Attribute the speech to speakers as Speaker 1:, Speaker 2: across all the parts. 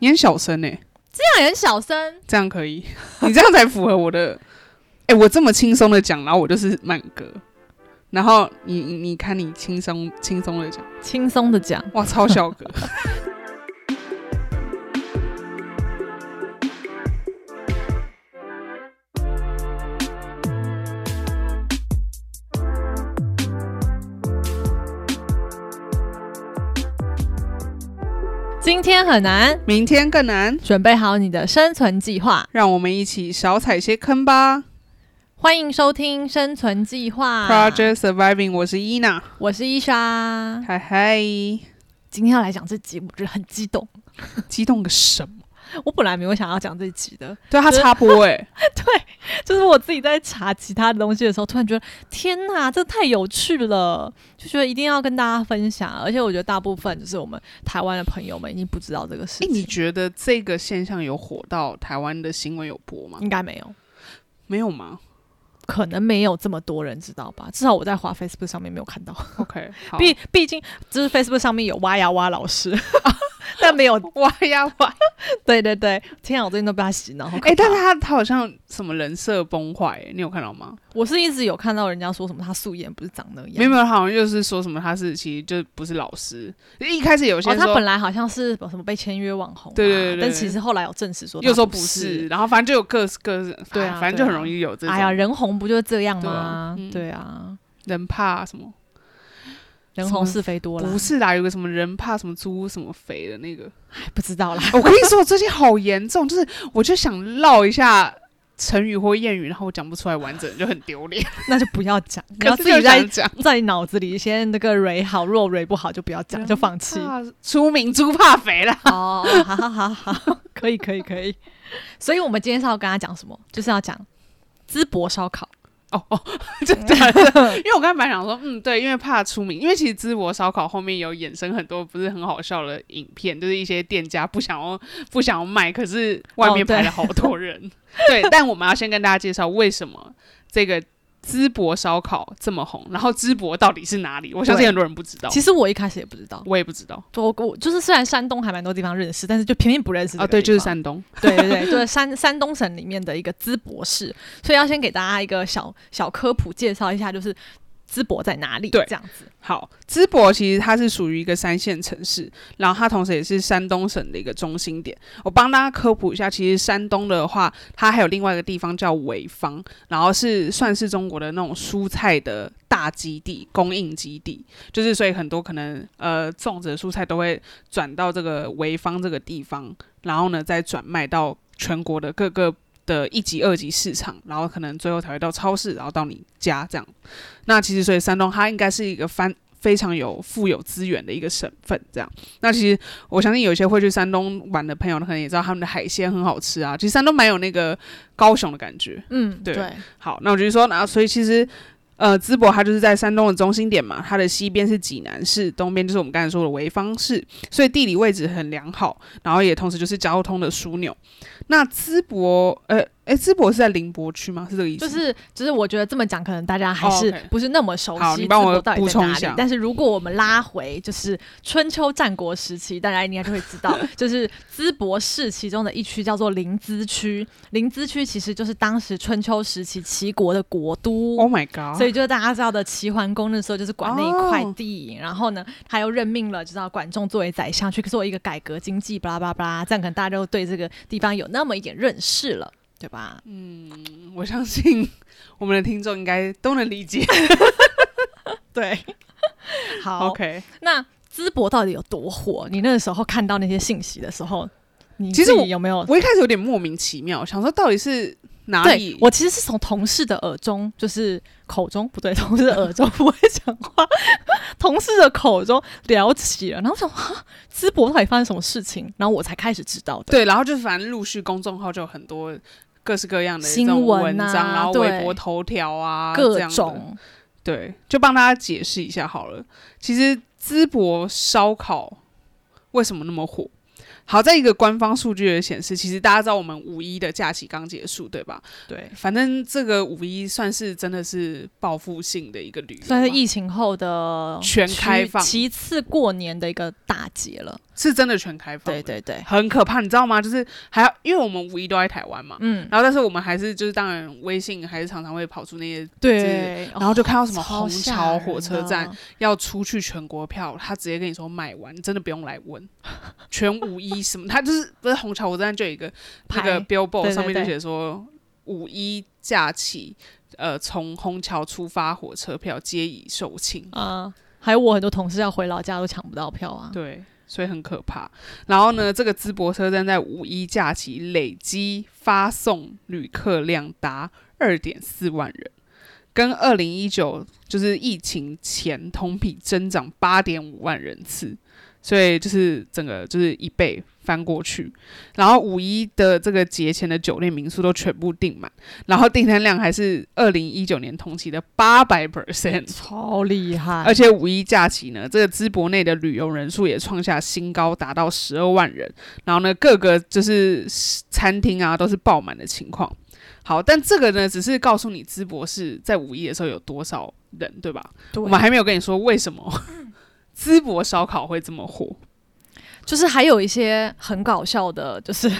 Speaker 1: 你很小声哎、
Speaker 2: 这样也很小声，
Speaker 1: 这样可以， 你这样才符合我的。哎、我这么轻松的讲，然后我就是慢歌，然后你你你看你轻松轻松的讲，
Speaker 2: 轻松的讲。
Speaker 1: 哇，超小 歌。
Speaker 2: 今天很难，
Speaker 1: 明天更难，
Speaker 2: 准备好你的生存计划，
Speaker 1: 让我们一起少踩些坑吧。
Speaker 2: 欢迎收听《生存计划》。
Speaker 1: Project Surviving，我是伊娜，
Speaker 2: 我是伊莎。
Speaker 1: 嗨嗨，
Speaker 2: 今天要来讲这集，我觉得很激动。
Speaker 1: 激动个什么？
Speaker 2: 我本来没有想要讲这集的，
Speaker 1: 对他
Speaker 2: 就是
Speaker 1: 插播哎、
Speaker 2: 就是我自己在查其他的东西的时候，突然觉得天哪，这太有趣了，就觉得一定要跟大家分享。而且我觉得大部分就是我们台湾的朋友们已经不知道这个事
Speaker 1: 哎、
Speaker 2: 情，
Speaker 1: 你觉得这个现象有火到台湾的新闻有播吗？
Speaker 2: 应该没有，
Speaker 1: 没有吗
Speaker 2: 可能没有这么多人知道吧。至少我在滑 Facebook 上面没有看到，
Speaker 1: ？OK，好，
Speaker 2: 毕毕竟就是 Facebook 上面有挖呀挖老师， 但没有。
Speaker 1: 哇呀哇！
Speaker 2: 对对对，天啊，我最近都被他洗脑。
Speaker 1: 哎、
Speaker 2: 哎、
Speaker 1: 但是他他好像什么人设崩坏、欸，你有看到吗？
Speaker 2: 我是一直有看到人家说什么他素颜不是长那样，
Speaker 1: 没有没有，他好像就是说什么他是其实就不是老师，一开始有些
Speaker 2: 哦，
Speaker 1: 人
Speaker 2: 他
Speaker 1: 说、
Speaker 2: 本来好像是什么被签约网红啊、
Speaker 1: 对对对对
Speaker 2: 但其实后来有证实说他
Speaker 1: 又说不
Speaker 2: 是
Speaker 1: 是，。然后反正就有各式各式，
Speaker 2: 对啊
Speaker 1: 反正就
Speaker 2: 对啊
Speaker 1: 很容易有这种、
Speaker 2: 哎呀，人红不就是这样
Speaker 1: 对
Speaker 2: 吗
Speaker 1: 啊？嗯
Speaker 2: 对啊，
Speaker 1: 人怕什么？
Speaker 2: 人红是非多啦，
Speaker 1: 不是啦，有个什么人怕什么猪什么肥的那个。哦
Speaker 2: 哎不知道啦。
Speaker 1: 我跟你说，我最近好严重， 就是我就想唠一下成语或谚语，然后我讲不出来完整，就很丢脸。
Speaker 2: 那就不要讲，你 要
Speaker 1: 可
Speaker 2: 自
Speaker 1: 是
Speaker 2: 己
Speaker 1: 就
Speaker 2: 在
Speaker 1: 想讲，
Speaker 2: 在脑子里先那个蕊好，若蕊不好就不要讲，就放弃。
Speaker 1: 怕出名猪怕肥啦。
Speaker 2: 哦，好好好好，可以可以可以。所以我们今天是要跟他讲什么？就是要讲淄博烧烤。
Speaker 1: 哦 哦，真的假的，因为我刚才本来想说，嗯，对，因为怕出名，因为其实淄博烧烤后面有衍生很多不是很好笑的影片，就是一些店家不想要不想要卖，可是外面
Speaker 2: 哦对
Speaker 1: 排了好多人。 对，但我们要先跟大家介绍为什么这个淄博烧烤这么红，然后淄博到底是哪里？我相信
Speaker 2: 对
Speaker 1: 很多人不知道，
Speaker 2: 其实我一开始也不知道，
Speaker 1: 我也不知道
Speaker 2: 我我就是虽然山东还蛮多地方认识，但是就偏偏不认识这
Speaker 1: 啊。
Speaker 2: 个
Speaker 1: 对，
Speaker 2: 地
Speaker 1: 就是
Speaker 2: 方
Speaker 1: 山 东，
Speaker 2: 对对对，就是山山东省里面的一个淄博市，所以要先给大家一个小小科普，介绍一下就是淄博在哪里，
Speaker 1: 对
Speaker 2: 这样子。
Speaker 1: 好，淄博其实它是属于一个三线城市，然后它同时也是山东省的一个中心点。我帮大家科普一下，其实山东的话，它还有另外一个地方叫潍坊，然后是算是中国的那种蔬菜的大基地、供应基地，就是所以很多可能呃种植的蔬菜都会转到这个潍坊这个地方，然后呢再转卖到全国的各个。的一级、二级市场，然后可能最后才会到超市，然后到你家这样。那其实所以山东它应该是一个翻非常有富有资源的一个省份，这样。那其实我相信有一些会去山东玩的朋友，可能也知道他们的海鲜很好吃啊。其实山东蛮有那个高雄的感觉。
Speaker 2: 嗯，
Speaker 1: 对好，那我啊就说，那所以其实。呃，淄博它就是在山东的中心点嘛，它的西边是济南市，东边就是我们刚才说的潍坊市，所以地理位置很良好，然后也同时就是交通的枢纽。那淄博，呃，诶，淄博是在宁波区吗？是这个意思？
Speaker 2: 就是就是，我觉得这么讲可能大家还是
Speaker 1: 哦，OK
Speaker 2: 不是那么熟悉
Speaker 1: 好
Speaker 2: 淄
Speaker 1: 你帮我
Speaker 2: 博到底
Speaker 1: 补
Speaker 2: 在
Speaker 1: 充一
Speaker 2: 哪里
Speaker 1: 下。
Speaker 2: 但是如果我们拉回就是春秋战国时期，大家应该就会知 道，就是淄博市其中的一区叫做临淄区，临淄区其实就是当时春秋时期齐国的国都。
Speaker 1: Oh my god！
Speaker 2: 所以就是大家知道的齐桓公那时候就是管那一块地，然后呢，他又任命了知道管仲作为宰相去做一个改革经济，巴拉巴拉巴拉，这样可能大家就对这个地方有那么一点认识了，对吧？
Speaker 1: 嗯我相信我们的听众应该都能理 解。
Speaker 2: 对，好
Speaker 1: OK，
Speaker 2: 那淄博到底有多火？你那时候看到那些信息的时候，你
Speaker 1: 其实
Speaker 2: 自己
Speaker 1: 我
Speaker 2: 有没有？
Speaker 1: 我一开始有点莫名其妙，想说到底是哪
Speaker 2: 对
Speaker 1: 里？
Speaker 2: 我其实是从同事的耳中，就是口中不对，同事的耳中不会讲话，同事的口中聊起了，然后我想啊，淄博到底发生什么事情？然后我才开始知道的。
Speaker 1: 对，然后就反正陆续公众号就有很多各式各样的
Speaker 2: 新
Speaker 1: 这种
Speaker 2: 闻
Speaker 1: 文章，
Speaker 2: 啊
Speaker 1: 然后
Speaker 2: 对
Speaker 1: 微博头条啊，这
Speaker 2: 各
Speaker 1: 样子
Speaker 2: 种
Speaker 1: 对，就帮大家解释一下好了。其实淄博烧烤为什么那么火？好在一个官方数据的显示，其实大家知道我们五一的假期刚结束，对吧？
Speaker 2: 对，
Speaker 1: 反正这个五一算是真的是报复性的一个旅游嘛，
Speaker 2: 算是疫情后的
Speaker 1: 全开放
Speaker 2: 其次过年的一个大节了。
Speaker 1: 是真的全开放，
Speaker 2: 对，对对，
Speaker 1: 很可怕，你知道吗？就是还要因为我们五一都在台湾嘛，
Speaker 2: 嗯，
Speaker 1: 然后但是我们还是就是当然微信还是常常会跑出那些，
Speaker 2: 对，
Speaker 1: 然后就看到什么
Speaker 2: 哦
Speaker 1: 虹
Speaker 2: 超吓
Speaker 1: 桥
Speaker 2: 人
Speaker 1: 火车
Speaker 2: 的
Speaker 1: 站要出去全国票，他直接跟你说买完，真的不用来问，全五一什么，他就是不是虹桥火车站就有一个那个
Speaker 2: 牌
Speaker 1: billboard
Speaker 2: 对
Speaker 1: 上面就
Speaker 2: 对
Speaker 1: 写说五一假期，呃，从虹桥出发火车票皆已售罄，
Speaker 2: 啊、还有我很多同事要回老家都抢不到票啊。
Speaker 1: 对，所以很可怕。然后呢，这个淄博车站在五一假期累积发送旅客量达二点四万人，跟二零一九就是疫情前同比增长八点五万人次，所以就是整个就是一倍翻过去。然后五一的这个节前的酒店民宿都全部订满，然后订单量还是二零一九年同期的八百 percent。
Speaker 2: 超厉害
Speaker 1: 而且五一假期呢，这个淄博内的旅游人数也创下新高，达到十二万人。然后呢，各个就是餐厅啊都是爆满的情况。好，但这个呢，只是告诉你淄博是在五一的时候有多少人，对吧？我们还没有跟你说为什么
Speaker 2: 嗯
Speaker 1: 淄博烧烤会这么火。
Speaker 2: 就是还有一些很搞笑的，就是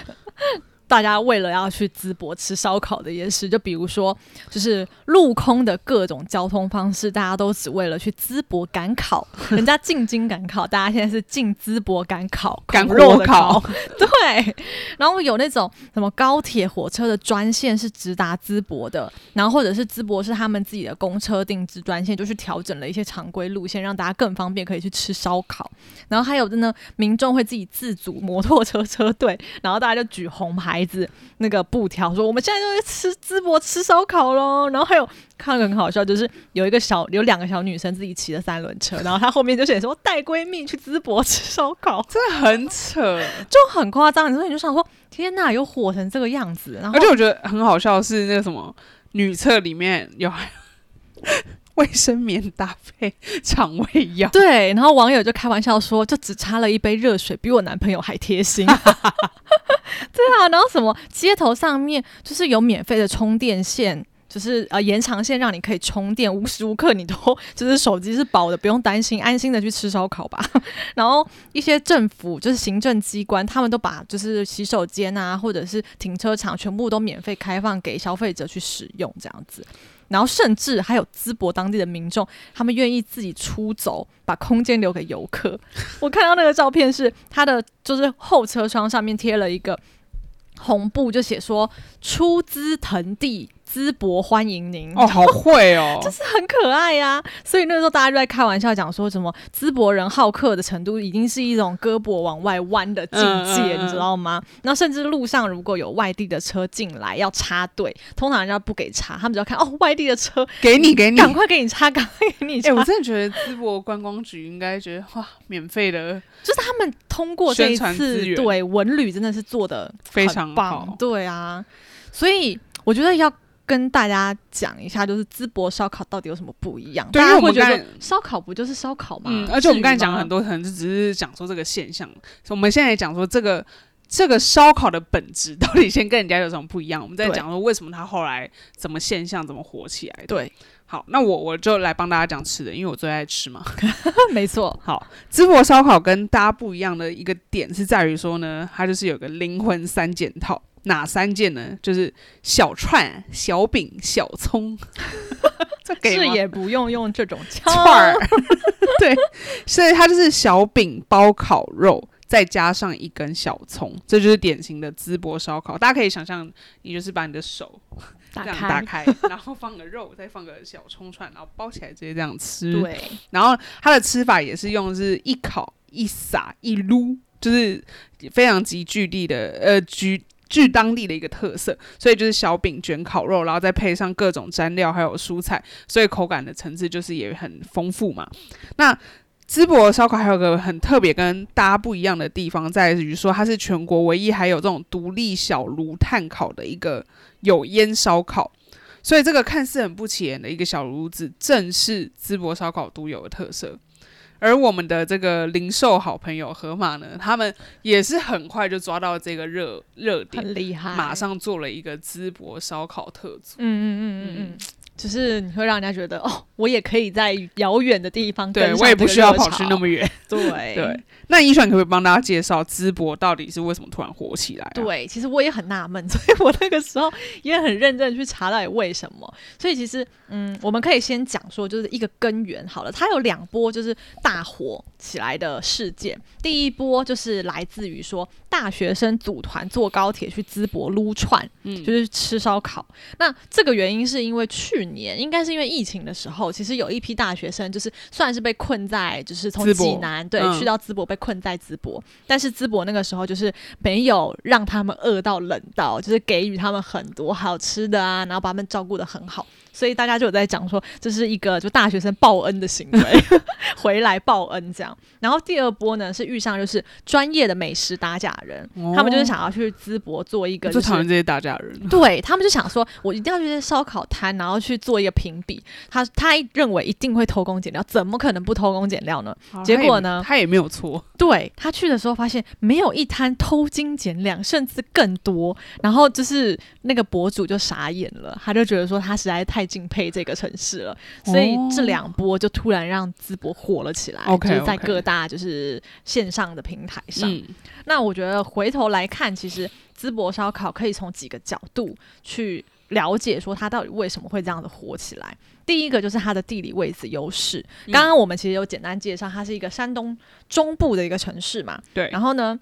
Speaker 2: 大家为了要去淄博吃烧烤的一件事，就比如说，就是陆空的各种交通方式，大家都只为了去淄博 赶考，人家进京赶考，大家现在是进淄博赶考，
Speaker 1: 赶
Speaker 2: 烤肉
Speaker 1: 火
Speaker 2: 的
Speaker 1: 烤
Speaker 2: 烤， 对。然后有那种什么高铁、火车的专线是直达淄博的，然后或者是淄博是他们自己的公车定制专线，就去调整了一些常规路线，让大家更方便可以去吃烧烤。然后还有真的民众会自己自组摩托车车队，然后大家就举红牌子那个布条说我们现在就去吃淄博吃烧烤喽。然后还有看到很好笑，就是有一个小有两个小女生自己骑的三轮车，然后她后面就写说带闺蜜去淄博吃烧烤，
Speaker 1: 真的 很扯，
Speaker 2: 就很夸张。你说你就想说天呐，有火成这个样子，然后
Speaker 1: 而且我觉得很好笑的是那个什么女厕里面有 卫生棉搭配肠胃药，
Speaker 2: 对，然后网友就开玩笑说，就只差了一杯热水，比我男朋友还贴心。对啊，然后什么街头上面就是有免费的充电线。就是呃延长线让你可以充电，无时无刻你都就是手机是饱的，不用担心，安心的去吃烧烤吧。 然后一些政府就是行政机关，他们都把就是洗手间啊，或者是停车场全部都免费开放给消费者去使用这样子。然后甚至还有淄博当地的民众他们愿意自己出走，把空间留给游客。 我看到那个照片是他的，就是后车窗上面贴了一个红布，就写说“出资腾地，淄博欢迎您”，
Speaker 1: 哦，好会哦，
Speaker 2: 就是很可爱呀、所以那时候大家就在开玩笑讲说什么淄博人好客的程度已经是一种胳膊往外弯的境界，
Speaker 1: 嗯嗯嗯
Speaker 2: 你知道吗？然后甚至路上如果有外地的车进来要插队，通常人家不给插，他们只要看哦外地的车，
Speaker 1: 给你给你，
Speaker 2: 赶快给你插，赶快给你
Speaker 1: 哎、
Speaker 2: 插。
Speaker 1: 我真的觉得淄博观光局应该觉得哇，免费的
Speaker 2: 就是他们通过这一
Speaker 1: 宣传资
Speaker 2: 次
Speaker 1: 源
Speaker 2: 对文旅真的是做的
Speaker 1: 非常
Speaker 2: 棒
Speaker 1: 好，，
Speaker 2: 对啊，所以我觉得要跟大家讲一下，就是淄博烧烤到底有什么不一样？
Speaker 1: 对
Speaker 2: 大
Speaker 1: 因
Speaker 2: 家
Speaker 1: 为我们
Speaker 2: 会觉得
Speaker 1: 刚才
Speaker 2: 烧烤不就是烧烤吗？
Speaker 1: 嗯，而且我们刚才讲了很
Speaker 2: 多，
Speaker 1: 多，可能就只是讲说这个现象，我们现在讲说这个这个烧烤的本质到底先跟人家有什么不一样，我们再
Speaker 2: 对
Speaker 1: 讲说为什么它后来怎么现象怎么火起来的。
Speaker 2: 对，
Speaker 1: 好，那我我就来帮大家讲吃的，因为我最爱吃嘛。
Speaker 2: 没错，
Speaker 1: 好，淄博烧烤跟大家不一样的一个点是在于说呢，它就是有个灵魂三件套，哪三件呢？就是小串、小饼、小葱， 这给
Speaker 2: 是
Speaker 1: 吗？
Speaker 2: 也不用用这种
Speaker 1: 串儿，对，所以它就是小饼包烤肉。再加上一根小葱，这就是典型的淄博烧烤。大家可以想象，你就是把你的手
Speaker 2: 打
Speaker 1: 这样
Speaker 2: 开，
Speaker 1: 打开，然后放个肉，再放个小葱串，然后包起来直接这样吃。
Speaker 2: 对，
Speaker 1: 然后它的吃法也是用的是一烤一撒一撸，就是非常极具地的呃具具当地的一个特色，所以就是小饼卷烤肉，然后再配上各种蘸料还有蔬菜，所以口感的层次就是也很丰富嘛。那淄博烧烤还有个很特别跟大家不一样的地方，在于说它是全国唯一还有这种独立小炉炭烤的一个有烟烧烤，所以这个看似很不起眼的一个小炉子，正是淄博烧烤独有的特色。而我们的这个零售好朋友河马呢，他们也是很快就抓到这个热热点，
Speaker 2: 很厉害，
Speaker 1: 马，上做了一个淄博烧烤特
Speaker 2: 嗯
Speaker 1: 组。
Speaker 2: 嗯嗯嗯嗯，就是你会让人家觉得哦，我也可以在遥远的地方跟
Speaker 1: 对
Speaker 2: 上
Speaker 1: 我也不需要
Speaker 2: 这个热
Speaker 1: 跑
Speaker 2: 潮
Speaker 1: 去那么远。
Speaker 2: 对
Speaker 1: 对，那一选可不可以帮大家介绍淄博到底是为什么突然火起来、啊？，
Speaker 2: 对，其实我也很纳闷， 所以我那个时候也很认真地去查到底为什么。所以其实，嗯，我们可以先讲说，就是一个根源好了，它有两波就是大火起来的事件。第一波就是来自于说大学生组团坐高铁去淄博撸串，
Speaker 1: 嗯，
Speaker 2: 就是吃烧烤。那这个原因是因为去年应该是因为疫情的时候，其实有一批大学生就是算是被困在，就是从
Speaker 1: 淄博
Speaker 2: 济南对、
Speaker 1: 嗯
Speaker 2: 去到淄博被困在淄博，但是淄博那个时候就是没有让他们饿到冷到，就是给予他们很多好吃的啊，然后把他们照顾的很好。所以大家就有在讲说，这是一个就大学生报恩的行为， 回来报恩这样。然后第二波呢是遇上就是专业的美食打假人，他们就是想要去淄博做一个
Speaker 1: 我
Speaker 2: 就
Speaker 1: 哦最
Speaker 2: 是
Speaker 1: 讨厌这些打架人了。
Speaker 2: 对他们就想说，我一定要去烧烤摊，然后去做一个评比。他他认为一定会偷工减料，怎么可能不偷工减料呢？
Speaker 1: 好
Speaker 2: 结
Speaker 1: 他也
Speaker 2: 果
Speaker 1: 没
Speaker 2: 呢
Speaker 1: 他也没有错，
Speaker 2: 对他去的时候发现没有一摊偷斤减两，甚至更多。然后就是那个博主就傻眼了，他就觉得说他实在太敬佩这个城市了，所以
Speaker 1: 哦
Speaker 2: 这两波就突然让淄博火了起来，
Speaker 1: OK，
Speaker 2: 就是在
Speaker 1: OK
Speaker 2: 各大就是线上的平台上。
Speaker 1: 嗯，
Speaker 2: 那我觉得回头来看，其实淄博烧烤可以从几个角度去了解，说它到底为什么会这样子火起来。第一个就是它的地理位置优势。
Speaker 1: 嗯
Speaker 2: 刚刚我们其实有简单介绍，它是一个山东中部的一个城市嘛。
Speaker 1: 嗯对
Speaker 2: 然后呢，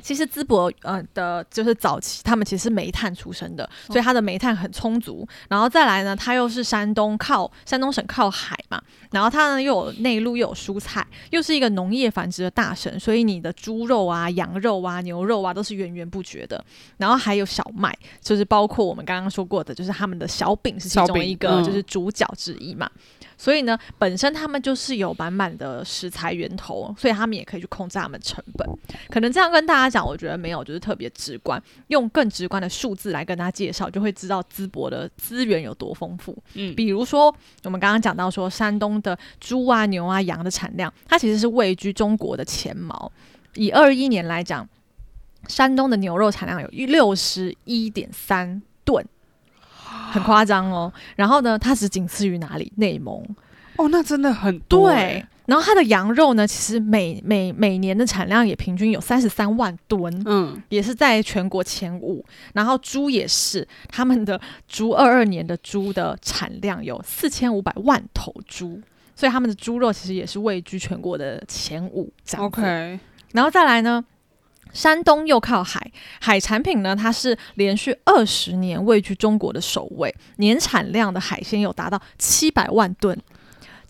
Speaker 2: 其实淄博呃的，就是早期他们其实是煤炭出身的，
Speaker 1: 哦
Speaker 2: 所以它的煤炭很充足。然后再来呢，它又是山东靠山东省靠海嘛，然后它呢又有内陆又有蔬菜，又是一个农业繁殖的大省，所以你的猪肉啊、羊肉啊、牛肉啊都是源源不绝的。然后还有小麦，就是包括我们刚刚说过的，就是他们的小饼是其
Speaker 1: 烧
Speaker 2: 中
Speaker 1: 饼
Speaker 2: 一个
Speaker 1: 嗯
Speaker 2: 就是主角之一嘛。所以呢，本身他们就是有满满的食材源头，所以他们也可以去控制他们成本。可能这样跟大家讲，我觉得没有就是特别直观，用更直观的数字来跟大家介绍，就会知道淄博的资源有多丰富。
Speaker 1: 嗯，
Speaker 2: 比如说，我们刚刚讲到说，山东的猪啊、牛啊、羊的产量，它其实是位居中国的前茅。以二一年来讲，山东的牛肉产量有六十一点三吨，很夸张哦。然后呢，它只仅次于哪里？内蒙。
Speaker 1: 哦，那真的很多
Speaker 2: 对
Speaker 1: 欸，，
Speaker 2: 然后它的羊肉呢，其实每每每年的产量也平均有三十三万吨，
Speaker 1: 嗯，
Speaker 2: 也是在全国前五。然后猪也是，他们的猪二二年的猪的产量有四千五百万头猪，所以他们的猪肉其实也是位居全国的前五。这样子
Speaker 1: OK，
Speaker 2: 然后再来呢，山东又靠海，海产品呢，它是连续二十年位居中国的首位，年产量的海鲜有达到七百万吨。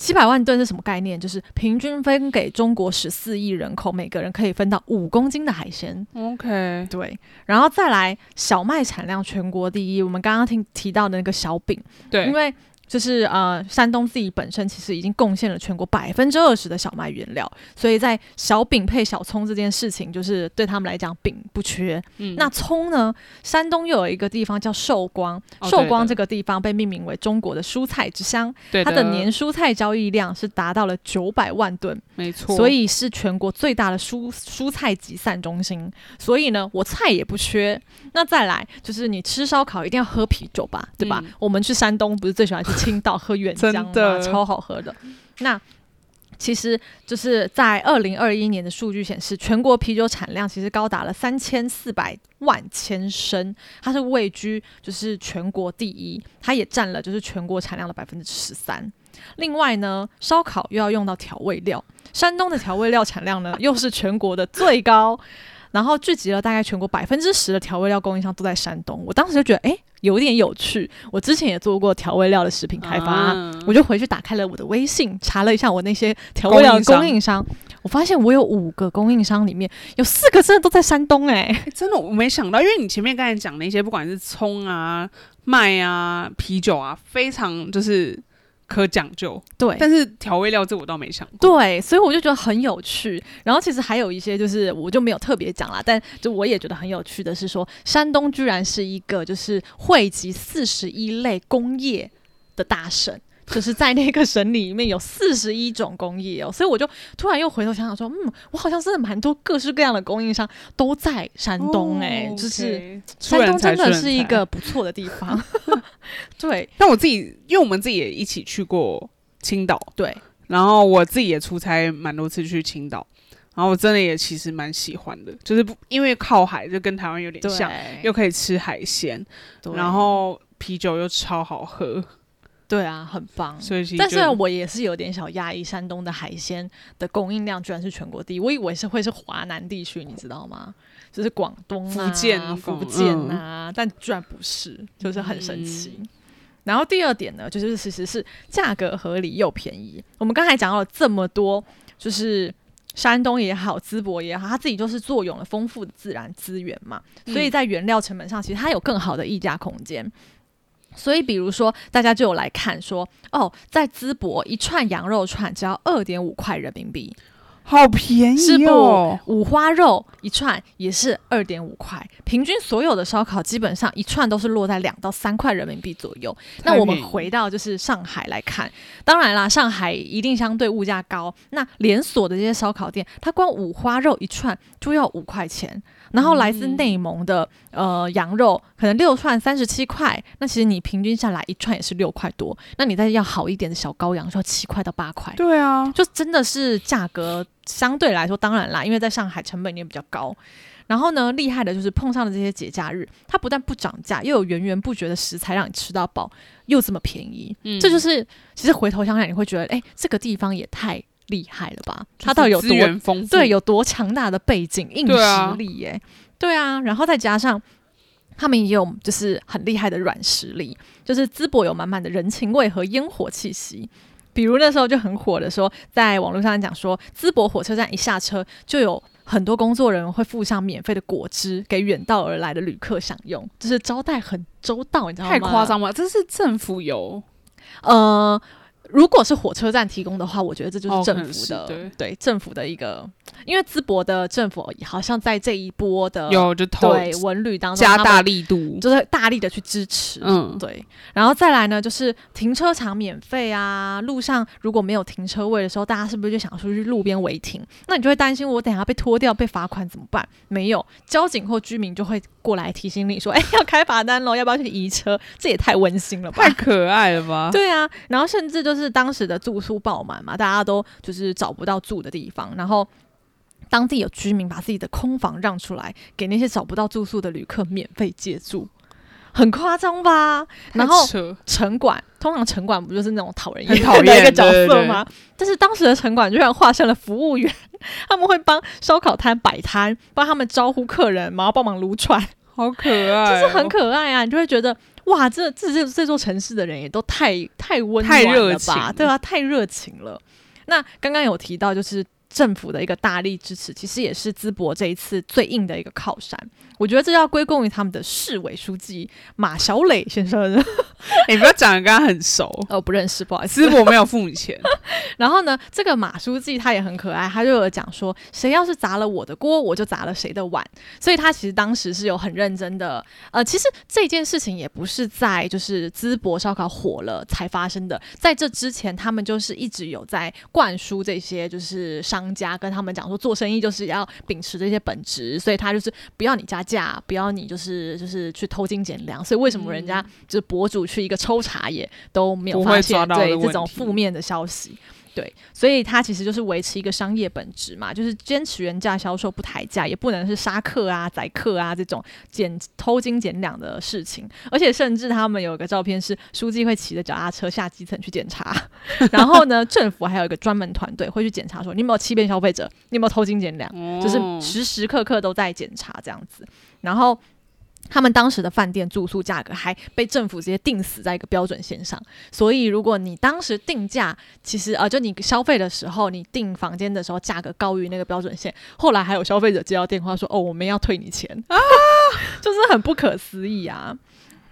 Speaker 2: 七百万吨是什么概念？就是平均分给中国十四亿人口，每个人可以分到五公斤的海鲜。
Speaker 1: OK，
Speaker 2: 对，然后再来小麦产量全国第一，我们刚刚听提到的那个小饼，因
Speaker 1: 对，
Speaker 2: 为就是呃，山东自己本身其实已经贡献了全国百分之二十的小麦原料，所以在小饼配小葱这件事情，就是对他们来讲饼不缺。
Speaker 1: 嗯
Speaker 2: 那葱呢，山东又有一个地方叫寿光，
Speaker 1: 哦
Speaker 2: 寿
Speaker 1: 对
Speaker 2: 光
Speaker 1: 对
Speaker 2: 这个地方被命名为中国的蔬菜之乡，
Speaker 1: 对
Speaker 2: 它
Speaker 1: 的
Speaker 2: 的年蔬菜交易量是达到了九百万吨，
Speaker 1: 没错，
Speaker 2: 所以是全国最大的蔬蔬菜集散中心。所以呢，我菜也不缺。那再来就是你吃烧烤一定要喝啤酒吧，对吧？
Speaker 1: 嗯
Speaker 2: 我们去山东不是最喜欢去青岛喝原浆
Speaker 1: 真的
Speaker 2: 吗？超好喝的。那其实就是在二零二一年的数据显示，全国啤酒产量其实高达了三千四百万千升，它是位居就是全国第一，它也占了就是全国产量的百分之十三。另外呢，烧烤又要用到调味料，山东的调味料产量呢又是全国的最高，然后聚集了大概全国百分之十的调味料供应商都在山东。我当时就觉得，诶，有点有趣。我之前也做过调味料的食品开发，
Speaker 1: 啊
Speaker 2: 我就回去打开了我的微信，查了一下我那些调味料的供
Speaker 1: 供
Speaker 2: 应商，我发现我有五个供应商里面有四个真的都在山东哎、
Speaker 1: 欸真的我没想到，因为你前面刚才讲那些，不管是葱啊、麦啊、啤酒啊，非常就是可讲究，
Speaker 2: 对。
Speaker 1: 但是调味料这我倒没想过。
Speaker 2: 对，所以我就觉得很有趣。然后其实还有一些，就是我就没有特别讲啦，但就我也觉得很有趣的是说，山东居然是一个就是汇集四十一类工业的大省，就是在那个省里面有四十一种工艺哦，所以我就突然又回头想想说，嗯，我好像真的蛮多各式各样的供应商都在山东哎、
Speaker 1: 哦
Speaker 2: 就是。
Speaker 1: OK 出
Speaker 2: 山
Speaker 1: 人
Speaker 2: 东
Speaker 1: 才
Speaker 2: 真的
Speaker 1: 出人
Speaker 2: 是一
Speaker 1: 才
Speaker 2: 个不错的 地方，对
Speaker 1: 但我自己，因为我们自己也一起去过青岛，
Speaker 2: 对，
Speaker 1: 然后我自己也出差蛮多次去青岛，然后我真的也其实蛮喜欢的，就是不因为靠海，就跟台湾有点
Speaker 2: 对，
Speaker 1: 像，又可以吃海鲜，
Speaker 2: 对
Speaker 1: 然后啤酒又超好喝，
Speaker 2: 对啊，很棒。
Speaker 1: 所以其实
Speaker 2: 但虽
Speaker 1: 就
Speaker 2: 然我也是有点小压抑，山东的海鲜的供应量居然是全国第一，我以为是会是华南地区，你知道吗？就是广东、啊、
Speaker 1: 福建
Speaker 2: 福
Speaker 1: 广嗯
Speaker 2: 建啊，但居然不是，就是很神奇。然后第二点呢，就是其实是价格合理又便宜。我们刚才讲到了这么多，就是山东也好，淄博也好，它自己就是坐拥了丰富的自然资源嘛，所以在原料成本上，其实它有更好的溢价空间。所以，比如说，大家就有来看说，哦，在淄博一串羊肉串只要二点五块人民币，
Speaker 1: 好便
Speaker 2: 是
Speaker 1: 宜
Speaker 2: 不
Speaker 1: 哦，？
Speaker 2: 五花肉一串也是二点五块，平均所有的烧烤基本上一串都是落在两到三块人民币左右。那我们回到就是上海来看，当然啦，上海一定相对物价高。那连锁的这些烧烤店，它光五花肉一串就要五块钱，然后来自内蒙的、呃羊肉可能六串三十七块，那其实你平均下来一串也是六块多。那你再要好一点的小羔羊，就要七块到八块。
Speaker 1: 对啊，
Speaker 2: 就真的是价格相对来说，当然啦，因为在上海成本也比较高。然后呢，厉害的就是碰上了这些节假日，它不但不涨价，又有源源不绝的食材让你吃到饱，又这么便宜。
Speaker 1: 嗯
Speaker 2: 这就是其实回头想想，你会觉得，哎，这个地方也太厉害了吧？它到底有
Speaker 1: 资
Speaker 2: 多
Speaker 1: 源丰富，
Speaker 2: 对，有多强大的背景硬
Speaker 1: 对啊
Speaker 2: 实力耶、对啊，然后再加上他们也有就是很厉害的软实力，就是淄博有满满的人情味和烟火气息。比如那时候就很火的说，在网络上讲说，淄博火车站一下车就有很多工作人员会附上免费的果汁给远道而来的旅客享用，就是招待很周到，你知道吗？
Speaker 1: 太夸张吧？这是政府有
Speaker 2: 呃，如果是火车站提供的话，我觉得这就
Speaker 1: 哦
Speaker 2: 是
Speaker 1: 可
Speaker 2: 政
Speaker 1: 能
Speaker 2: 府
Speaker 1: 是
Speaker 2: 的、
Speaker 1: 对
Speaker 2: 政府的一个，因为淄博的政府好像在这一波的
Speaker 1: 有就投
Speaker 2: 呃对文旅当中
Speaker 1: 加
Speaker 2: 他
Speaker 1: 大
Speaker 2: 们
Speaker 1: 力度，
Speaker 2: 就是大力的去支持，
Speaker 1: 嗯，
Speaker 2: 对，然后再来呢，就是停车场免费啊，路上如果没有停车位的时候，大家是不是就想说去路边违停？那你就会担心我等一下被拖掉、被罚款怎么办？没有，交警或居民就会过来提醒你说，哎，要开罚单喽，要不要去移车？这也太温馨了 吧！
Speaker 1: 太可爱了吧？
Speaker 2: 对啊，然后甚至就是当时的住宿爆满嘛，大家都就是找不到住的地方，然后当地有居民把自己的空房让出来，给那些找不到住宿的旅客免费借住。很夸张吧？然后
Speaker 1: 太扯
Speaker 2: 城管通常城管不就是那种讨人
Speaker 1: 很讨
Speaker 2: 厌的一
Speaker 1: 厌
Speaker 2: 个角
Speaker 1: 对对
Speaker 2: 色
Speaker 1: 对
Speaker 2: 吗？但是当时的城管居然化身了服务员， 他们会帮烧烤摊摆摊，帮他们招呼客人，然后帮忙撸串，
Speaker 1: 好可爱哦，
Speaker 2: 就是很可爱啊，你就会觉得哇，这这这这座城市的人也都太太温暖
Speaker 1: 太
Speaker 2: 了
Speaker 1: 热情
Speaker 2: 吧？
Speaker 1: 了
Speaker 2: 对啊，太热情了。那刚刚有提到就是。政府的一个大力支持，其实也是淄博这一次最硬的一个靠山。我觉得这要归功于他们的市委书记马小磊先生。
Speaker 1: 欸你不要讲的跟他很熟，
Speaker 2: 哦，不认识，不好意思。
Speaker 1: 淄博没有付你钱，
Speaker 2: 然后呢，这个马书记他也很可爱，他就有讲说，谁要是砸了我的锅，我就砸了谁的碗。所以他其实当时是有很认真的。呃，其实这件事情也不是在就是淄博烧烤火了才发生的，在这之前，他们就是一直有在灌输这些就是商家跟他们讲说，做生意就是要秉持这些本质，所以他就是不要你加价，不要你就是就是去偷斤减两。所以为什么人家就是博主去一个抽查也都没有
Speaker 1: 不
Speaker 2: 发
Speaker 1: 会
Speaker 2: 现
Speaker 1: 抓到的
Speaker 2: 对
Speaker 1: 问
Speaker 2: 这种
Speaker 1: 题
Speaker 2: 负面的消息？对，所以它其实就是维持一个商业本质嘛，就是坚持原价销售不抬价，也不能是杀客啊、宰客啊这种减偷斤减两的事情。而且甚至他们有一个照片是书记会骑着脚踏车下基层去检 查，然后呢，政府还有一个专门团队会去检查说你有没有欺骗消费者，你有没有偷斤减两。
Speaker 1: 哦
Speaker 2: 就是时时刻刻都在检查这样子。然后他们当时的饭店住宿价格还被政府直接定死在一个标准线上，所以如果你当时定价，其实呃，就你消费的时候，你订房间的时候价格高于那个标准线，后来还有 消费者接到电话说，哦，我们要退你钱，就是很不可思议啊。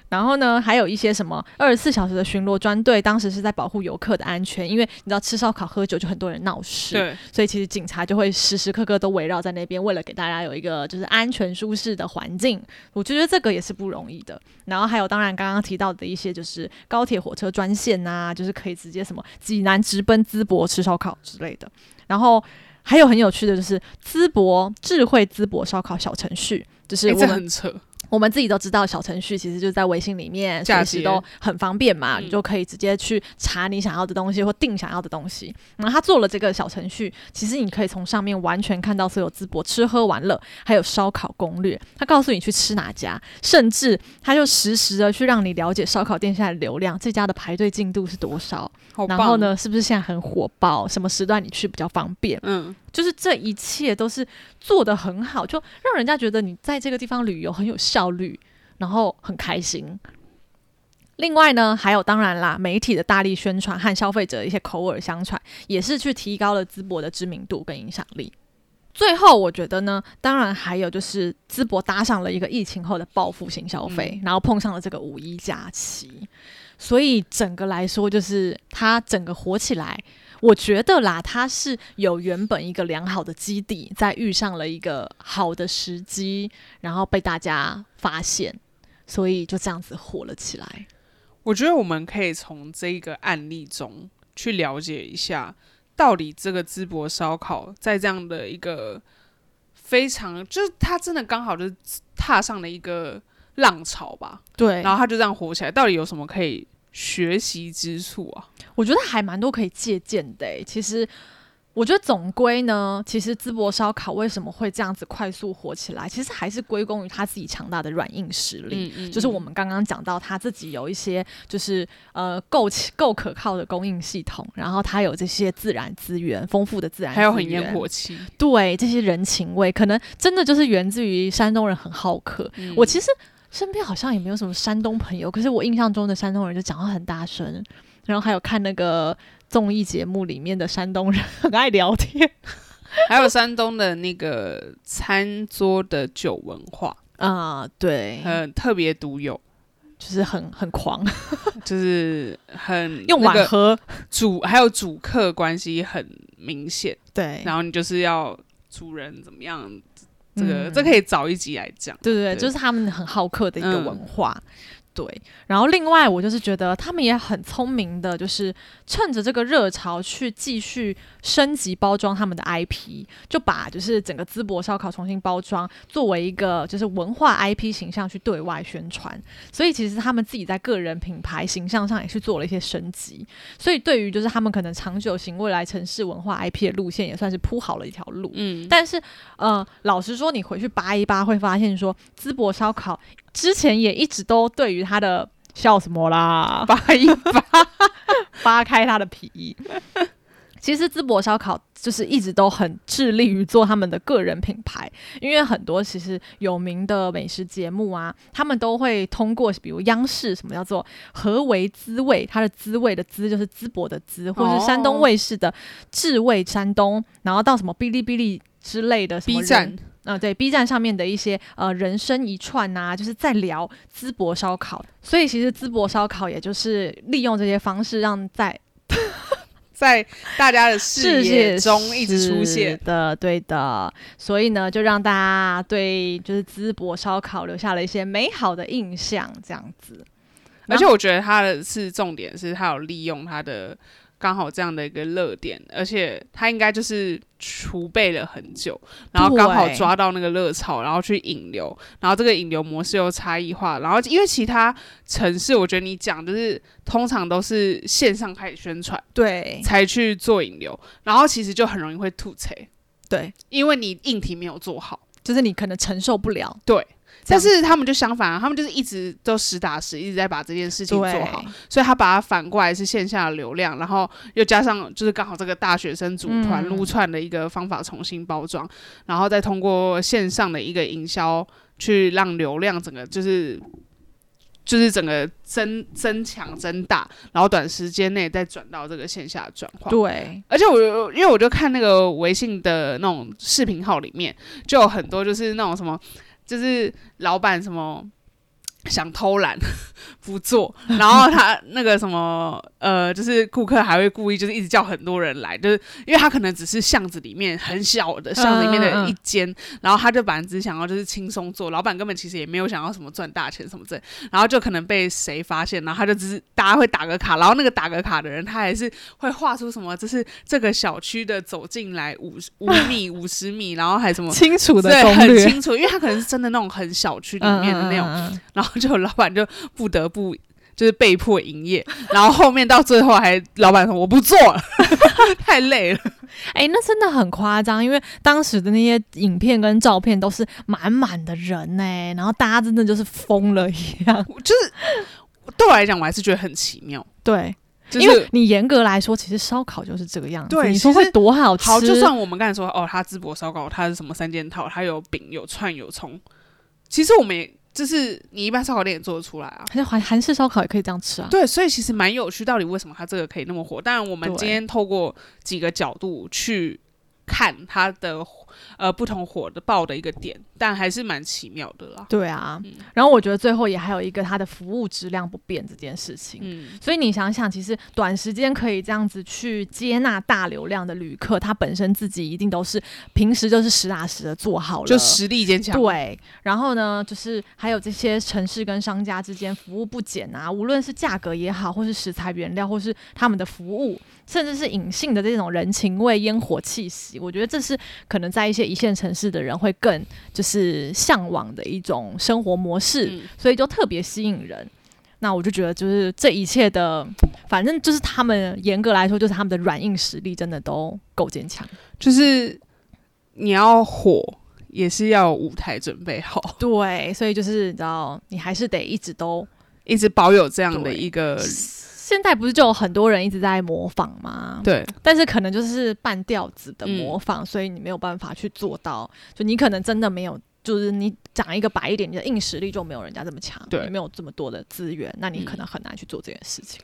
Speaker 2: 然后呢，还有一些什么二十四小时的巡逻专队，当时是在保护游客的安全，因为你知道吃烧烤喝酒就很多人闹事，
Speaker 1: 对，欸
Speaker 2: 所以其实警察就会时时刻刻都围绕在那边，为了给大家有一个就是安全舒适的环境。我觉得这个也是不容易的。然后还有当然刚刚提到的一些就是高铁、火车专线呐、就是可以直接什么济南直奔淄博吃烧烤之类的。然后还有很有趣的就是淄博智慧淄博烧烤小程序。就是
Speaker 1: 哎，
Speaker 2: 我
Speaker 1: 这
Speaker 2: 们
Speaker 1: 很扯，
Speaker 2: 我们自己都知道，小程序其实就在微信里面，
Speaker 1: 嫁接
Speaker 2: 随时都很方便嘛，
Speaker 1: 嗯
Speaker 2: 你就可以直接去查你想要的东西或订想要的东西。然后他做了这个小程序，其实你可以从上面完全看到所有淄博吃喝玩乐，还有烧烤攻略。他告诉你去吃哪家，甚至他就实时的去让你了解烧烤店现在的流量，这家的排队进度是多少，
Speaker 1: 好棒。
Speaker 2: 然后？呢，是不是现在很火爆，什么时段你去比较方便。
Speaker 1: 嗯，
Speaker 2: 就是这一切都是做得很好，就让人家觉得你在这个地方旅游很有效率，然后很开心。另外呢，还有当然啦，媒体的大力宣传和消费者的一些口耳相传，也是去提高了淄博的知名度跟影响力。最后，我觉得呢，当然还有就是淄博搭上了一个疫情后的报复性消费，然后碰上了这个五一假期，所以整个来说，就是它整个火起来，我觉得啦，它是有原本一个良好的基底，再遇上了一个好的时机，然后被大家发现，所以就这样子火了起来。
Speaker 1: 我觉得我们可以从这个案例中去了解一下，到底这个淄博烧烤在这样的一个非常，就是它真的刚好就是踏上了一个浪潮吧，
Speaker 2: 对
Speaker 1: 然后它就这样火起来，到底有什么可以学习之处啊？
Speaker 2: 我觉得还蛮多可以借鉴的、欸。其实，我觉得总归呢，其实淄博烧烤为什么会这样子快速火起来，其实还是归功于他自己强大的软硬实力。
Speaker 1: 嗯
Speaker 2: 就是我们刚刚讲到他自己有一些就是呃够起够可靠的供应系统，然后他有这些自然资源丰富的自然资
Speaker 1: 还
Speaker 2: 嗯源，
Speaker 1: 有很烟火气，
Speaker 2: 对这些人情味，可能真的就是源自于山东人很好客。
Speaker 1: 嗯
Speaker 2: 我其实身边好像也没有什么山东朋友，可是我印象中的山东人就讲话很大声，然后还有看那个综艺节目里面的山东人很爱聊 天。
Speaker 1: 还有山东的那个餐桌的酒文化，
Speaker 2: 啊、对，
Speaker 1: 很特别独有，
Speaker 2: 就是很很狂，
Speaker 1: 就是很
Speaker 2: 用
Speaker 1: 那
Speaker 2: 碗
Speaker 1: 个
Speaker 2: 喝，
Speaker 1: 主还有主客关系很明显，
Speaker 2: 对，
Speaker 1: 然后你就是要主人怎么样，这个、
Speaker 2: 嗯
Speaker 1: 这可以早一集来讲。
Speaker 2: 对对对，
Speaker 1: 对
Speaker 2: 就是他们很好客的一个
Speaker 1: 嗯
Speaker 2: 文化。对，然后另外我就是觉得他们也很聪明的，就是趁着这个热潮去继续升级包装他们的 IP，就把就是整个淄博烧烤重新包装，作为一个就是文化 IP 形象去对外宣传。所以其实他们自己在个人品牌形象上也是做了一些升级。所以对于就是他们可能长久型未来城市文化 IP 的路线，也算是铺好了一条路。
Speaker 1: 嗯，
Speaker 2: 但是，呃，老实说，你回去扒一扒，会发现说，淄博烧烤之前也一直都对于它的笑什么啦，
Speaker 1: 八一八，
Speaker 2: 扒开它的皮。其实淄博烧烤就是一直都很致力于做他们的个人品牌，因为很多其实有名的美食节目啊，他们都会通过比如央视什么叫做“何为滋味”，它的滋味的滋就是淄博的滋，或
Speaker 1: 哦
Speaker 2: 是山东卫视的“至味山东”，然后到什么哔哩哔哩之类的什么
Speaker 1: B
Speaker 2: 人
Speaker 1: 站
Speaker 2: 呃，对 B 站上面的一些呃人生一串呐、就是在聊淄博烧烤，所以其实淄博烧烤也就是利用这些方式让在
Speaker 1: 在大家的视
Speaker 2: 世
Speaker 1: 野
Speaker 2: 界
Speaker 1: 中一直出现。
Speaker 2: 的，对的，所以呢，就让大家对就是淄博烧烤留下了一些美好的印象，这样子。
Speaker 1: 而且我觉得它的是重点是它有利用它的刚好这样的一个热点，而且它应该就是储备了很久，然后刚好
Speaker 2: 对
Speaker 1: 抓到那个热潮，然后去引流，然后这个引流模式又差异化，然后因为其他城市，我觉得你讲就是通常都是线上开始宣传
Speaker 2: 对
Speaker 1: 才去做引流，然后其实就很容易会吐槽，
Speaker 2: 对，
Speaker 1: 因为你硬题没有做好。
Speaker 2: 就是你可能承受不了，这
Speaker 1: 但
Speaker 2: 样
Speaker 1: 是他们就相反、啊，他们就是一直都实打实，一直在把这件事情
Speaker 2: 对
Speaker 1: 做好。所以他把它反过来是线下的流量，然后又加上就是刚好这个大学生组团
Speaker 2: 嗯
Speaker 1: 撸串的一个方法重新包装，然后再通过线上的一个营销去让流量整个就是就是整个增增强增大，然后短时间内再转到这个线下转化。
Speaker 2: 对，
Speaker 1: 而且我有因为我就看那个微信的那种视频号里面，就有很多就是那种什么，就是老板什么。想偷懒不做，然后 他那个什么呃，就是顾客还会故意就是一直叫很多人来，就是因为他可能只是巷子里面很小的巷子里面
Speaker 2: 嗯嗯
Speaker 1: 的
Speaker 2: 嗯
Speaker 1: 一间，然后他就本来只想要就是轻松做，老板根本其实也没有想要什么赚大钱什么之类，然后就可能被谁发现，然后他就只是大家会打个卡，然后那个打个卡的人他还是会画出什么，就是这个小区的走进来五五 米五十米，然后还什么。
Speaker 2: 清楚 的
Speaker 1: 对，
Speaker 2: 攻
Speaker 1: 很
Speaker 2: 略，
Speaker 1: 清楚，因为他可能是真的那种很小区里面的那种
Speaker 2: 嗯嗯嗯嗯
Speaker 1: 然后就老板就不得不就是被迫营业，然后后面到最后还老板说我不做了， 太累了。
Speaker 2: 哎、那真的很夸张，因为当时的那些影片跟照片都是满满的人呢、然后大家真的就是疯了一 样。
Speaker 1: 对我来讲，我还是觉得很奇妙，
Speaker 2: 对，
Speaker 1: 就
Speaker 2: 因为
Speaker 1: 是
Speaker 2: 你严格来说，其实烧烤就是这个样子。
Speaker 1: 对
Speaker 2: 你说
Speaker 1: 其实
Speaker 2: 会多好吃？
Speaker 1: 好，就算我们刚才说哦，他淄博烧烤，他是什么三件套，他有饼有串有葱，其实我们也就是你一般烧烤店也做得出来啊。
Speaker 2: 好像韩韩式烧烤也可以这样吃啊。
Speaker 1: 对，所以其实蛮有趣，到底为什么它这个可以那么火？当然，我们
Speaker 2: 对
Speaker 1: 今天透过几个角度去看它的呃不同火的爆的一个点，但还是蛮奇妙的啦。
Speaker 2: 对啊，然后我觉得最后也还有一个它的服务质量不变这件事情。
Speaker 1: 嗯，
Speaker 2: 所以你想想，其实短时间可以这样子去接纳大流量的旅客，他本身自己一定都是平时就是实打实的做好了，
Speaker 1: 就实力坚强。，
Speaker 2: 对，然后呢，就是还有这些城市跟商家之间服务不减啊，无论是价格也好，或是食材原料，或是他们的服务，甚至是隐性的这种人情味、烟火气息，我觉得这是可能在一些一线城市的人会更就是向往的一种生活模式，
Speaker 1: 嗯
Speaker 2: 所以就特别吸引人。那我就觉得，就是这一切的，反正就是他们严格来说，就是他们的软硬实力真的都够坚强。
Speaker 1: 就是你要火，也是要有舞台准备好，
Speaker 2: 对，所以就是你知道，你还是得一直都
Speaker 1: 一直保有这样的
Speaker 2: 对
Speaker 1: 一个
Speaker 2: 现在不是就有很多人一直在模仿吗？，
Speaker 1: 对
Speaker 2: 但是可能就是半吊子的模仿，所以你没有办法去做到。就你可能真的没有，就是你讲一个白一点，你的硬实力就没有人家这么强，
Speaker 1: 对
Speaker 2: 你没有这么多的资源，那你
Speaker 1: 嗯
Speaker 2: 可能很难去做这件事情。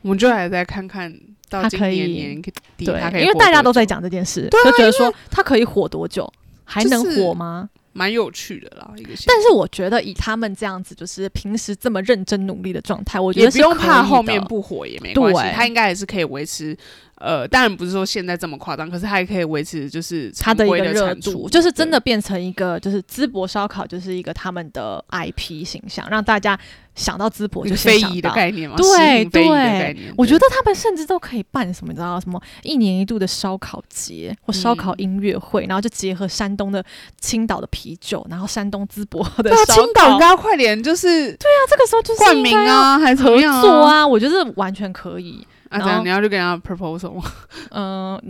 Speaker 1: 我们就来再看看到
Speaker 2: 它
Speaker 1: 今
Speaker 2: 可
Speaker 1: 年
Speaker 2: 以
Speaker 1: 年底
Speaker 2: 对
Speaker 1: 它可，以
Speaker 2: 因为
Speaker 1: 活
Speaker 2: 大家
Speaker 1: 多
Speaker 2: 都在
Speaker 1: 久，
Speaker 2: 讲这件事，就觉得说它可以火多久，还能
Speaker 1: 就是
Speaker 2: 火吗？
Speaker 1: 蛮有趣的啦。一个现象，
Speaker 2: 但是我觉得以他们这样子，就是平时这么认真努力的状态，我觉
Speaker 1: 也
Speaker 2: 得
Speaker 1: 不
Speaker 2: 是
Speaker 1: 用
Speaker 2: 可
Speaker 1: 怕
Speaker 2: 以
Speaker 1: 后
Speaker 2: 的
Speaker 1: 面不火也没关系
Speaker 2: 对，
Speaker 1: 它应该还是可以维持。呃，当然不是说现在这么夸张，可是它还可以维持就是
Speaker 2: 它
Speaker 1: 常
Speaker 2: 的一
Speaker 1: 规
Speaker 2: 个热
Speaker 1: 产
Speaker 2: 度，
Speaker 1: 出，
Speaker 2: 就是真
Speaker 1: 对
Speaker 2: 的变成一个，就是淄博烧烤，就是一个他们的 IP 形象，让大家想到淄博
Speaker 1: 一
Speaker 2: 就
Speaker 1: 个
Speaker 2: 先
Speaker 1: 非
Speaker 2: 想
Speaker 1: 遗的
Speaker 2: 到。
Speaker 1: 概念嘛，
Speaker 2: 对
Speaker 1: 适应非遗的
Speaker 2: 对
Speaker 1: 概念。
Speaker 2: 我
Speaker 1: 对
Speaker 2: 觉得他们甚至都可以办什么，你知道什么一年一度的烧烤节或烧烤
Speaker 1: 嗯
Speaker 2: 音乐会，然后就结合山东的青岛的啤酒，然后山东淄博的
Speaker 1: 对啊，
Speaker 2: 烧烤。
Speaker 1: 青岛应该要快点就是
Speaker 2: 那这个时候就是
Speaker 1: 冠名啊，还是怎么
Speaker 2: 应该
Speaker 1: 样
Speaker 2: 要合作啊，我觉得完全可以。
Speaker 1: 啊，
Speaker 2: 然
Speaker 1: 这样
Speaker 2: 后
Speaker 1: 你要去跟人家 proposal 吗？
Speaker 2: 嗯、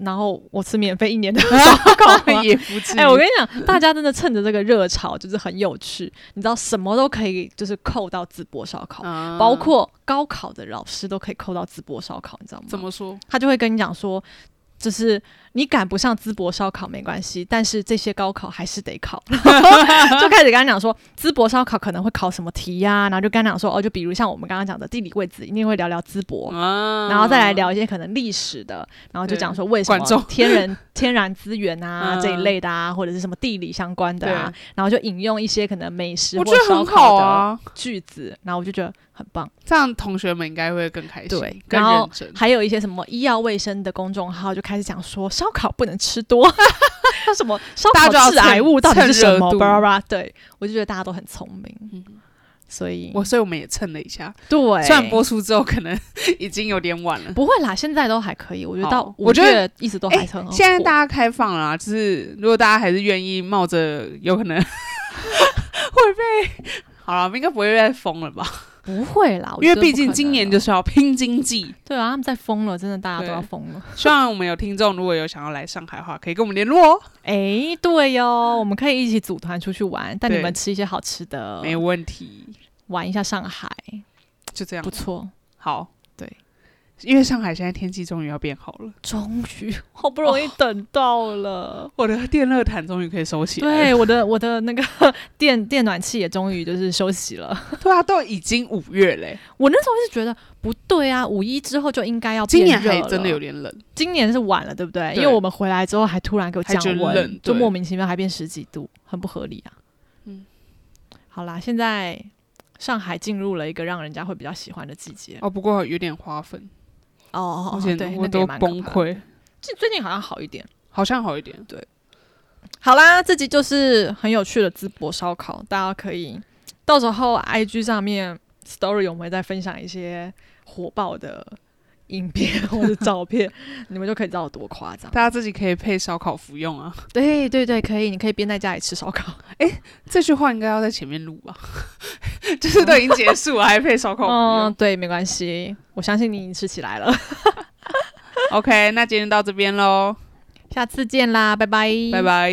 Speaker 2: 然后我吃免费一 年的烧烤 啊，
Speaker 1: 也不至于。
Speaker 2: 哎、我跟你讲，大家真的趁着这个热潮，就是很有趣，你知道什么都可以，就是扣到淄博烧烤，
Speaker 1: 啊
Speaker 2: 包括高考的老师都可以扣到淄博烧烤，你知道吗？
Speaker 1: 怎么说？
Speaker 2: 他就会跟你讲说，就是你赶不上淄博烧烤没关系，但是这些高考还是得考。 就开始跟他讲说，淄博烧烤可能会考什么题呀、然后就跟他讲说，哦，就比如像我们刚刚讲的地理位置，一定会聊聊淄博。
Speaker 1: 啊
Speaker 2: 然后再来聊一些可能历史的，然后就讲说为什
Speaker 1: 管仲
Speaker 2: 么天然 天然资源啊
Speaker 1: 嗯
Speaker 2: 这一类的啊，或者是什么地理相关的啊，然后就引用一些可能美食
Speaker 1: 我
Speaker 2: 或
Speaker 1: 觉得
Speaker 2: 烧
Speaker 1: 很好
Speaker 2: 烤
Speaker 1: 啊，
Speaker 2: 的句子，然后我就觉得很棒。
Speaker 1: 这样同学们应该会更开心，
Speaker 2: 对
Speaker 1: 更
Speaker 2: 然后
Speaker 1: 认真。
Speaker 2: 还有一些什么医药卫生的公众号就开始讲说烧烤不能吃多， 什么烧
Speaker 1: 大家就要
Speaker 2: 烤致癌
Speaker 1: 趁
Speaker 2: 物到底是
Speaker 1: 趁热
Speaker 2: 什么？
Speaker 1: 度
Speaker 2: 巴拉巴拉，对我就觉得大家都很聪明，
Speaker 1: 嗯
Speaker 2: 所以
Speaker 1: 我所以我们也蹭了一下，
Speaker 2: 对
Speaker 1: 虽然播出之后可能已经有点晚了。
Speaker 2: 不会啦，现在都还可以，我觉得到
Speaker 1: 好
Speaker 2: 五
Speaker 1: 我觉得
Speaker 2: 月一直都还
Speaker 1: 哎
Speaker 2: 是很好
Speaker 1: 现在
Speaker 2: 过
Speaker 1: 大家开放了啊、就是如果大家还是愿意冒着有可 能会被，好了，应该不会被封了吧？
Speaker 2: 不会啦，我
Speaker 1: 因为
Speaker 2: 觉得
Speaker 1: 毕
Speaker 2: 不
Speaker 1: 竟
Speaker 2: 可
Speaker 1: 今
Speaker 2: 能
Speaker 1: 年
Speaker 2: 啊
Speaker 1: 就是要拼经 济。
Speaker 2: 对啊，他们在疯了，真的大家都
Speaker 1: 对
Speaker 2: 要疯了。
Speaker 1: 希望我们有听众如果有想要来上海的话，可以跟我们联络哦，
Speaker 2: 哎，对哟，我们可以一起组团出去玩，带你
Speaker 1: 对
Speaker 2: 们吃一些好吃的，
Speaker 1: 没问题。
Speaker 2: 玩一下上海，
Speaker 1: 就这样
Speaker 2: 不，错。
Speaker 1: 好，
Speaker 2: 对，
Speaker 1: 因为上海现在天气终于要变好了，
Speaker 2: 终于，好不容易等到了。
Speaker 1: 我的电热毯终于可以收起来
Speaker 2: 对，
Speaker 1: 了。
Speaker 2: 我的我的那个 电电暖气也终于就是休息了。
Speaker 1: 对，对啊，都已经五月嘞、
Speaker 2: 我那时候就觉得不对啊，五一之后就应该要
Speaker 1: 今年
Speaker 2: 变
Speaker 1: 还
Speaker 2: 热
Speaker 1: 真的
Speaker 2: 了
Speaker 1: 有点冷，
Speaker 2: 今年是晚了，对不对？
Speaker 1: 对
Speaker 2: 因为我们回来之后还突然给我
Speaker 1: 还
Speaker 2: 降
Speaker 1: 觉得
Speaker 2: 温
Speaker 1: 冷，
Speaker 2: 就
Speaker 1: 对
Speaker 2: 莫名其妙还变十几度，很不合理啊。嗯，好啦，现在上海进入了一个让人家会比较喜欢的季节。
Speaker 1: 哦，不过有点花粉，
Speaker 2: 哦哦，
Speaker 1: 而
Speaker 2: 哦
Speaker 1: 且
Speaker 2: 对，
Speaker 1: 我
Speaker 2: 那个也
Speaker 1: 都
Speaker 2: 蛮可
Speaker 1: 崩
Speaker 2: 怕的。
Speaker 1: 溃，
Speaker 2: 最最近好像好一点。
Speaker 1: 好像好一点。
Speaker 2: 好啦，这集就是很有趣的淄博烧烤，大家可以到时候 IG 上面 Story 我们会再分享一些火爆的影片或者照片， 你们就可以知道有多夸张。
Speaker 1: 大家自己可以配烧烤服用啊，
Speaker 2: 对对对，可以，你可以边在家里吃烧烤。
Speaker 1: 这句话应该要在前面录吧？ 就是都已经结束了，还配烧烤服
Speaker 2: 嗯
Speaker 1: 用，。哦
Speaker 2: 对，没关系，我相信你已经吃起来了。
Speaker 1: OK，那今天到这边喽。
Speaker 2: 下次见啦，拜拜，
Speaker 1: 拜。拜。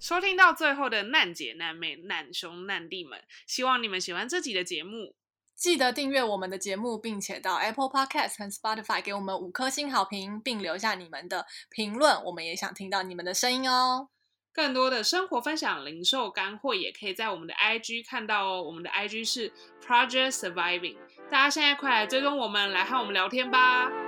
Speaker 1: 收听到最后的难姐、难妹、难兄、难弟们，希望你们喜欢这集的节目。
Speaker 2: 记得订阅我们的节目，并且到 Apple Podcast 和 Spotify 给我们五颗星好评，并留下你们的评论，我们也想听到你们的声音哦。
Speaker 1: 更多的生活分享、零售干货，也可以在我们的 IG 看到哦。我们的 IG 是 Project Surviving，大家现在快来追踪我们，来和我们聊天吧。